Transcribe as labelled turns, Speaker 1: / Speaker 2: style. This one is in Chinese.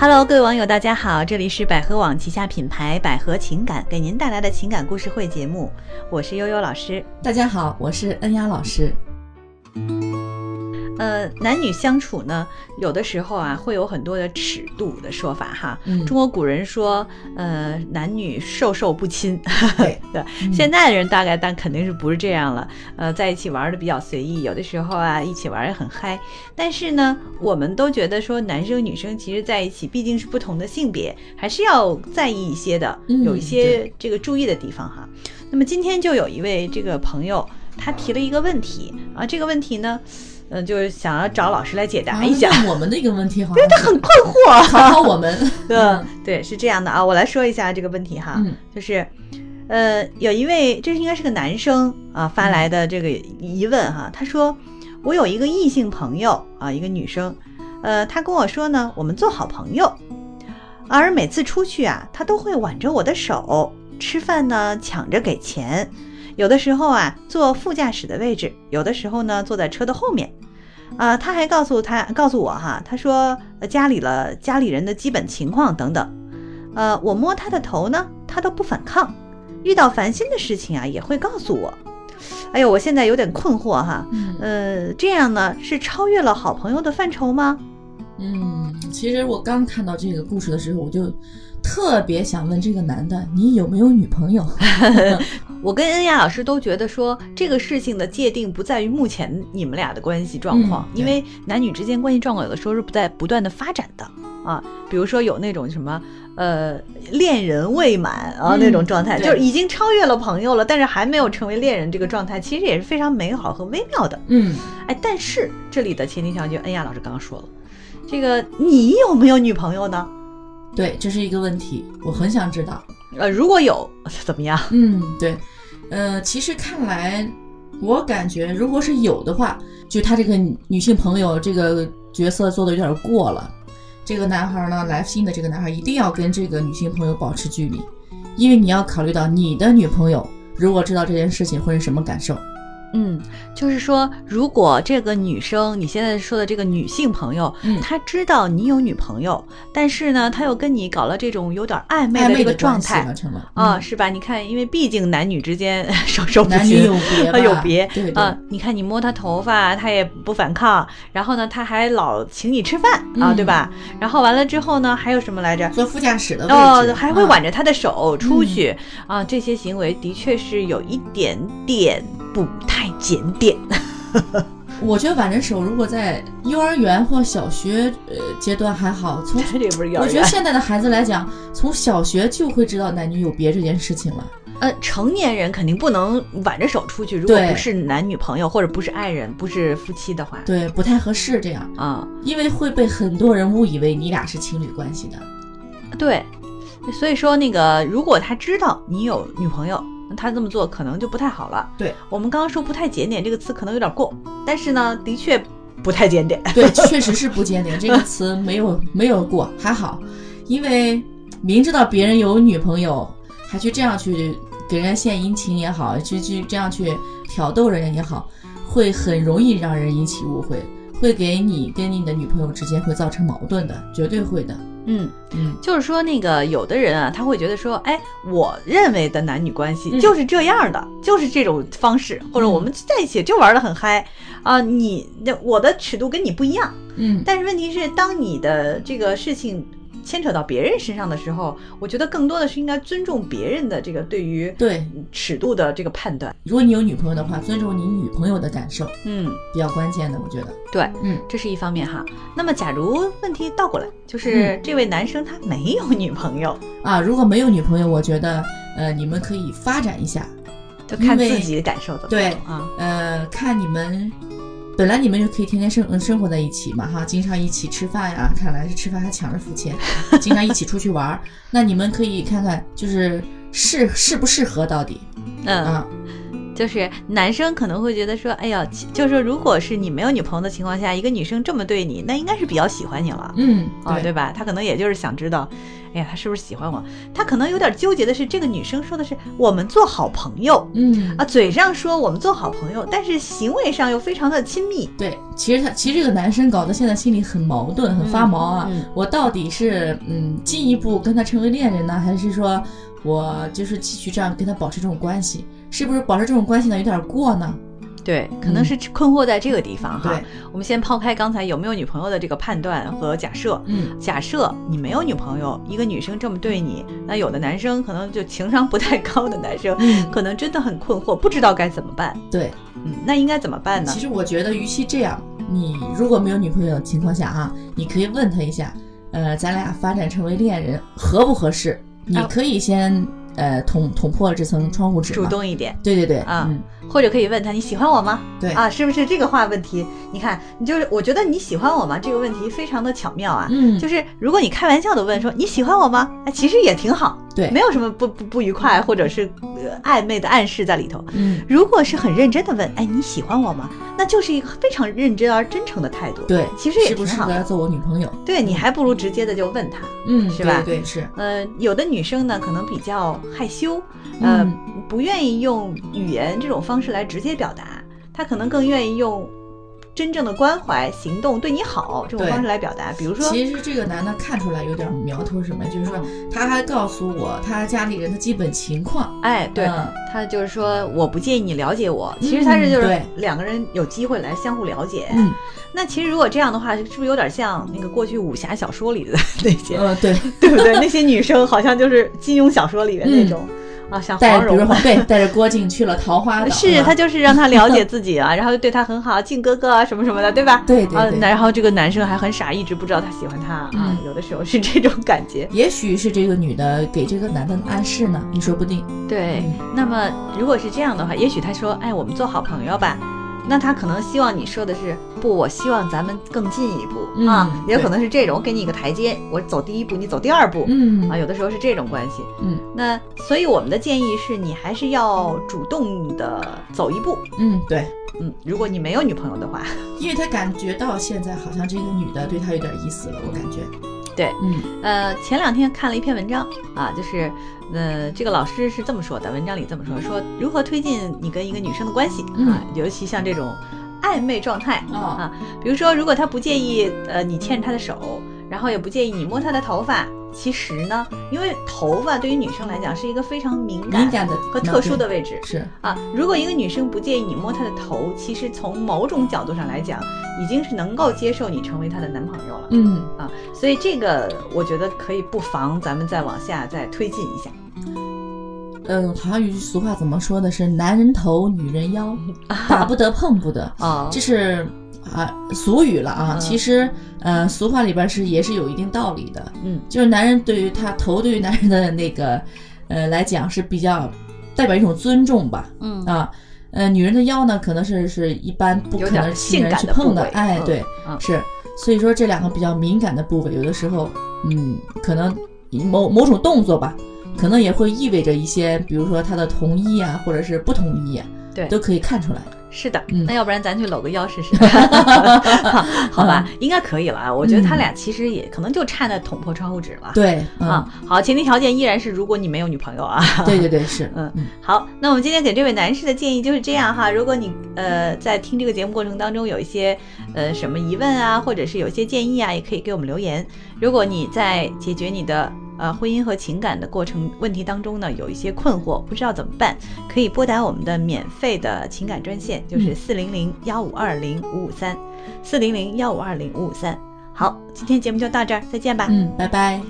Speaker 1: Hello，各位网友，大家好，这里是百合网旗下品牌百合情感给您带来的情感故事会节目，我是悠悠老师。
Speaker 2: 大家好，我是恩雅老师。
Speaker 1: 呃，男女相处呢，有的时候啊，会有很多的尺度的说法哈。
Speaker 2: 嗯
Speaker 1: 中国古人说，呃，男女授受不亲。
Speaker 2: 对
Speaker 1: 对，
Speaker 2: 嗯
Speaker 1: 现在的人大概但肯定是不是这样了。呃，在一起玩的比较随意，有的时候啊，一起玩也很嗨。但是呢，我们都觉得说，男生女生其实在一起，毕竟是不同的性别，还是要在意一些的，
Speaker 2: 嗯
Speaker 1: 有一些这个注意的地方哈。那么今天就有一位这个朋友，他提了一个问题啊，这个问题呢，嗯、就是想要找老师来解答一下，
Speaker 2: 啊问我们的一个问题，好像他
Speaker 1: 啊很困 惑。
Speaker 2: 考考我们。
Speaker 1: 对嗯对，是这样的啊，我来说一下这个问题哈，
Speaker 2: 嗯
Speaker 1: 就是。呃，有一位，这是应该是个男生啊发来的这个疑问哈，他说我有一个异性朋友啊，一个女生，呃，她跟我说呢，我们做好朋友，而每次出去啊，她都会挽着我的手，吃饭呢抢着给钱，有的时候啊坐副驾驶的位置，有的时候呢坐在车的后面。啊、他还告诉他告诉我哈，他说呃家里了家里人的基本情况等等，呃，我摸他的头呢，他都不反抗，遇到烦心的事情啊也会告诉我。哎呦，我现在有点困惑哈，
Speaker 2: 嗯
Speaker 1: 呃，这样呢是超越了好朋友的范畴吗？
Speaker 2: 嗯，其实我刚看到这个故事的时候，我就特别想问这个男的，你有没有女朋友？
Speaker 1: 我跟恩雅老师都觉得说，这个事情的界定不在于目前你们俩的关系状况，
Speaker 2: 嗯
Speaker 1: 因为男女之间关系状况有的时候是不在不断的发展的啊。比如说有那种什么呃恋人未满啊、
Speaker 2: 嗯
Speaker 1: 那种状态，
Speaker 2: 对
Speaker 1: 就是已经超越了朋友了，但是还没有成为恋人这个状态，其实也是非常美好和微妙的。
Speaker 2: 嗯，
Speaker 1: 哎，但是这里的前提条件，恩雅老师刚刚说了，这个你有没有女朋友呢？
Speaker 2: 对，这是一个问题，我很想知道。
Speaker 1: 呃，如果有，怎么样？
Speaker 2: 嗯，对，呃，其实看来，我感觉如果是有的话，就他这个女女性朋友这个角色做的有点过了。这个男孩呢，来信的这个男孩一定要跟这个女性朋友保持距离，因为你要考虑到你的女朋友如果知道这件事情会是什么感受。
Speaker 1: 嗯，就是说，如果这个女生，你现在说的这个女性朋友，
Speaker 2: 嗯
Speaker 1: 她知道你有女朋友，但是呢，她又跟你搞了这种有点暧昧的
Speaker 2: 暧
Speaker 1: 这
Speaker 2: 昧
Speaker 1: 个
Speaker 2: 的
Speaker 1: 状
Speaker 2: 关系
Speaker 1: 态
Speaker 2: 了，成了
Speaker 1: 啊，，是吧？你看，因为毕竟男女之间 授受
Speaker 2: 嗯
Speaker 1: 不
Speaker 2: 男女
Speaker 1: 亲，
Speaker 2: 有别 吧，
Speaker 1: 有别
Speaker 2: 对对
Speaker 1: 啊，，你看你摸她头发，她也不反抗，然后呢，她还老请你吃饭啊，
Speaker 2: 嗯
Speaker 1: 对吧？然后完了之后呢，还有什么来着？
Speaker 2: 坐副驾驶的位置，
Speaker 1: 哦，还会
Speaker 2: 啊
Speaker 1: 挽着他的手出去、啊，这些行为的确是有一点点不太检 点。
Speaker 2: 我觉得挽着手，如果在幼儿园或小学呃阶段还好，从
Speaker 1: 这不是幼
Speaker 2: 我
Speaker 1: 儿
Speaker 2: 觉
Speaker 1: 园
Speaker 2: 得。现在的孩子来讲，从小学就会知道男女有别这件事情了。
Speaker 1: 呃，成年人肯定不能挽着手出去，如果
Speaker 2: 对
Speaker 1: 不是男女朋友或者不是爱人、不是夫妻的话，
Speaker 2: 对，不太合适这样，
Speaker 1: 啊、
Speaker 2: 因为会被很多人误以为你俩是情侣关系的。
Speaker 1: 对。所以说，那个如果他知道你有女朋友，那他这么做可能就不太好了。
Speaker 2: 对
Speaker 1: 我们刚刚说“不太检点”这个词可能有点过，但是呢，的确不太检点。
Speaker 2: 对，确实是不坚定这个词没有没有过，还好，因为明知道别人有女朋友，还去这样去给人家献殷勤也好，去去这样去挑逗人家也好，会很容易让人引起误会，会给你跟你的女朋友之间会造成矛盾的，绝对会的。
Speaker 1: 嗯，
Speaker 2: 嗯，
Speaker 1: 就是说，那个有的人啊，他会觉得说，哎，我认为的男女关系
Speaker 2: 嗯
Speaker 1: 就是这样的，就是这种方式，或者
Speaker 2: 嗯
Speaker 1: 我们在一起就玩的很嗨啊，你那我的尺度跟你不一样。
Speaker 2: 嗯，
Speaker 1: 但是问题是，当你的这个事情牵扯到别人身上的时候，我觉得更多的是应该尊重别人的这个对于
Speaker 2: 对，
Speaker 1: 尺度的这个判断。
Speaker 2: 如果你有女朋友的话，尊重你女朋友的感受
Speaker 1: 嗯，
Speaker 2: 比较关键的，我觉得。
Speaker 1: 对，
Speaker 2: 嗯，
Speaker 1: 这是一方面哈。嗯那么，假如问题倒过来，就是这位男生他没有女朋友，
Speaker 2: 啊，如果没有女朋友，我觉得呃，你们可以发展一下，
Speaker 1: 就看
Speaker 2: 因为
Speaker 1: 自己的感受怎么
Speaker 2: 对
Speaker 1: 样啊。
Speaker 2: 呃，看你们，本来你们就可以天天生呃生活在一起嘛，哈，经常一起吃饭呀、看来是吃饭还抢着付钱， 经常一起出去玩儿，那你们可以看看，就是适适不适合到底
Speaker 1: 嗯
Speaker 2: 啊，
Speaker 1: 就是男生可能会觉得说，哎呀，其就是说如果是你没有女朋友的情况下，一个女生这么对你，那应该是比较喜欢你了，
Speaker 2: 嗯，
Speaker 1: 啊、
Speaker 2: 对，
Speaker 1: 对吧？他可能也就是想知道，哎呀，他是不是喜欢我？他可能有点纠结的是，这个女生说的是我们做好朋友
Speaker 2: 嗯
Speaker 1: 啊，嘴上说我们做好朋友，但是行为上又非常的亲密。
Speaker 2: 对，其实他其实这个男生搞得现在心里很矛盾，很发毛啊。
Speaker 1: 嗯嗯
Speaker 2: 我到底是嗯进一步跟他成为恋人呢，还是说我就是继续这样跟他保持这种关系？是不是保持这种关系呢有点过呢？啊
Speaker 1: 对，可能是困惑在这个地方哈。
Speaker 2: 嗯对，
Speaker 1: 我们先抛开刚才有没有女朋友的这个判断和假设。
Speaker 2: 嗯，
Speaker 1: 假设你没有女朋友，一个女生这么对你，那有的男生可能就情商不太高的男生，
Speaker 2: 嗯
Speaker 1: 可能真的很困惑，不知道该怎么办。
Speaker 2: 对。
Speaker 1: 嗯，那应该怎么 办呢
Speaker 2: 其？实我觉得，与其这样，你如果没有女朋友的情况下啊，你可以问他一下，呃，咱俩发展成为恋人合不合适？你
Speaker 1: 啊
Speaker 2: 可以先呃捅捅破这层窗户纸
Speaker 1: 主
Speaker 2: 嘛。
Speaker 1: 动一点，
Speaker 2: 对对对，
Speaker 1: 啊
Speaker 2: 嗯，
Speaker 1: 或者可以问他你喜欢我吗？
Speaker 2: 对
Speaker 1: 啊，是不是这个话问题？你看，你就是我觉得你喜欢我吗这个问题非常的巧妙啊。
Speaker 2: 嗯，
Speaker 1: 就是如果你开玩笑的问说你喜欢我吗？哎，其实也挺好，
Speaker 2: 对
Speaker 1: 没有什么不不不愉快或者是呃暧昧的暗示在里头。
Speaker 2: 嗯，
Speaker 1: 如果是很认真的问，哎，你喜欢我吗？那就是一个非常认真而真诚的态度。
Speaker 2: 对，
Speaker 1: 其实也
Speaker 2: 适不
Speaker 1: 挺
Speaker 2: 适
Speaker 1: 好的
Speaker 2: 合做我女朋友？
Speaker 1: 对你还不如直接的就问他。
Speaker 2: 嗯，
Speaker 1: 是吧
Speaker 2: 对对是，
Speaker 1: 呃，有的女生呢，可能比较害羞，呃，
Speaker 2: 嗯
Speaker 1: 不愿意用语言这种方式来直接表达，她可能更愿意用真正的关怀、行动对你好这种
Speaker 2: 对
Speaker 1: 方式来表达。比如说，
Speaker 2: 其实这个男的看出来有点苗头，什么，就是说他还告诉我他家里人的基本情况。
Speaker 1: 哎，对，
Speaker 2: 嗯
Speaker 1: 她就是说我不介意你了解我。其实她是就是
Speaker 2: 对
Speaker 1: 两个人有机会来相互了解。
Speaker 2: 嗯，
Speaker 1: 那其实如果这样的话，是不是有点像那个过去武侠小说里的 那些，
Speaker 2: 呃，对，
Speaker 1: 对不对？那些女生好像就是金庸小说里面那种、啊，像
Speaker 2: 带
Speaker 1: 黄
Speaker 2: 着比
Speaker 1: 蓉
Speaker 2: 如
Speaker 1: 啊
Speaker 2: 说对，带着郭靖去了 桃花岛，
Speaker 1: 是
Speaker 2: 吧
Speaker 1: 他就是让他了解自己啊，然后就对他很好，靖哥哥啊什么什么的，对吧？
Speaker 2: 对对
Speaker 1: 啊，
Speaker 2: 对
Speaker 1: 那然后这个男生还很傻，一直不知道他喜欢他啊，
Speaker 2: 嗯
Speaker 1: 有的时候是这种感觉。
Speaker 2: 也许是这个女的给这个男的暗示呢，也说不定。
Speaker 1: 对，那么如果是这样的话，也许他说，哎，我们做好朋友吧。那他可能希望你说的是不，我希望咱们更进一步、
Speaker 2: 嗯
Speaker 1: 啊，也有
Speaker 2: 对
Speaker 1: 可能是这种，我给你一个台阶，我走第一步，你走第二步、
Speaker 2: 嗯
Speaker 1: 啊，有的时候是这种关系。
Speaker 2: 嗯
Speaker 1: 那所以我们的建议是你还是要主动的走一步，
Speaker 2: 嗯，对，
Speaker 1: 嗯，如果你没有女朋友的话，
Speaker 2: 因为他感觉到现在好像这个女的对他有点意思了，我感觉。
Speaker 1: 对，
Speaker 2: 嗯
Speaker 1: 呃，前两天看了一篇文章啊，就是，呃，这个老师是这么说的，文章里这么说，说如何推进你跟一个女生的关系
Speaker 2: 嗯
Speaker 1: 啊，尤其像这种暧昧状态，
Speaker 2: 啊，
Speaker 1: 比如说，如果她不介意呃你牵着她的手，然后也不介意你摸她的头发，其实呢，因为头发对于女生来讲是一个非常敏感
Speaker 2: 敏感的嗯
Speaker 1: 和特殊的位置
Speaker 2: 是，
Speaker 1: 啊，如果一个女生不介意你摸她的头，其实从某种角度上来讲，已经是能够接受你成为她的男朋友了。
Speaker 2: 嗯，
Speaker 1: 啊，所以这个我觉得可以不妨咱们再往下再推进一下。
Speaker 2: 嗯，好像有句俗话怎么说的是“男人头，女人腰，打不得碰不得
Speaker 1: 啊哦”，
Speaker 2: 这是啊俗语了啊。
Speaker 1: 嗯
Speaker 2: 其实，呃，俗话里边是也是有一定道理的，
Speaker 1: 嗯，
Speaker 2: 就是男人对于他头对于男人的那个，呃来讲是比较代表一种尊重吧，
Speaker 1: 嗯
Speaker 2: 啊，呃，女人的腰呢，可能是是一般不可
Speaker 1: 有点
Speaker 2: 能亲
Speaker 1: 性
Speaker 2: 人
Speaker 1: 感
Speaker 2: 去
Speaker 1: 的
Speaker 2: 碰
Speaker 1: 部
Speaker 2: 的，
Speaker 1: 位
Speaker 2: 哎，
Speaker 1: 嗯
Speaker 2: 对，
Speaker 1: 嗯
Speaker 2: 是，所以说这两个比较敏感的部位，有的时候，嗯，可能某某种动作吧，可能也会意味着一些，比如说他的同意啊，或者是不同意、啊，
Speaker 1: 对
Speaker 2: 都可以看出来，
Speaker 1: 是的，
Speaker 2: 嗯
Speaker 1: 那要不然咱去搂个腰 试试，好吧？
Speaker 2: 嗯
Speaker 1: 应该可以了啊。我觉得他俩其实也可能就差那捅破窗户纸了。
Speaker 2: 对，嗯，
Speaker 1: 啊，好，前提条件依然是如果你没有女朋友啊。
Speaker 2: 对对对，是，
Speaker 1: 嗯好，那我们今天给这位男士的建议就是这样哈。如果你呃在听这个节目过程当中有一些呃什么疑问啊，或者是有一些建议啊，也可以给我们留言。如果你在解决你的呃婚姻和情感的过程问题当中呢，有一些困惑，不知道怎么办，可以拨打我们的免费的情感专线，就是
Speaker 2: 嗯
Speaker 1: 四零零幺五二零五五三，四零零幺五二零五五三。好，今天节目就到这儿，再见吧。
Speaker 2: 嗯，拜拜。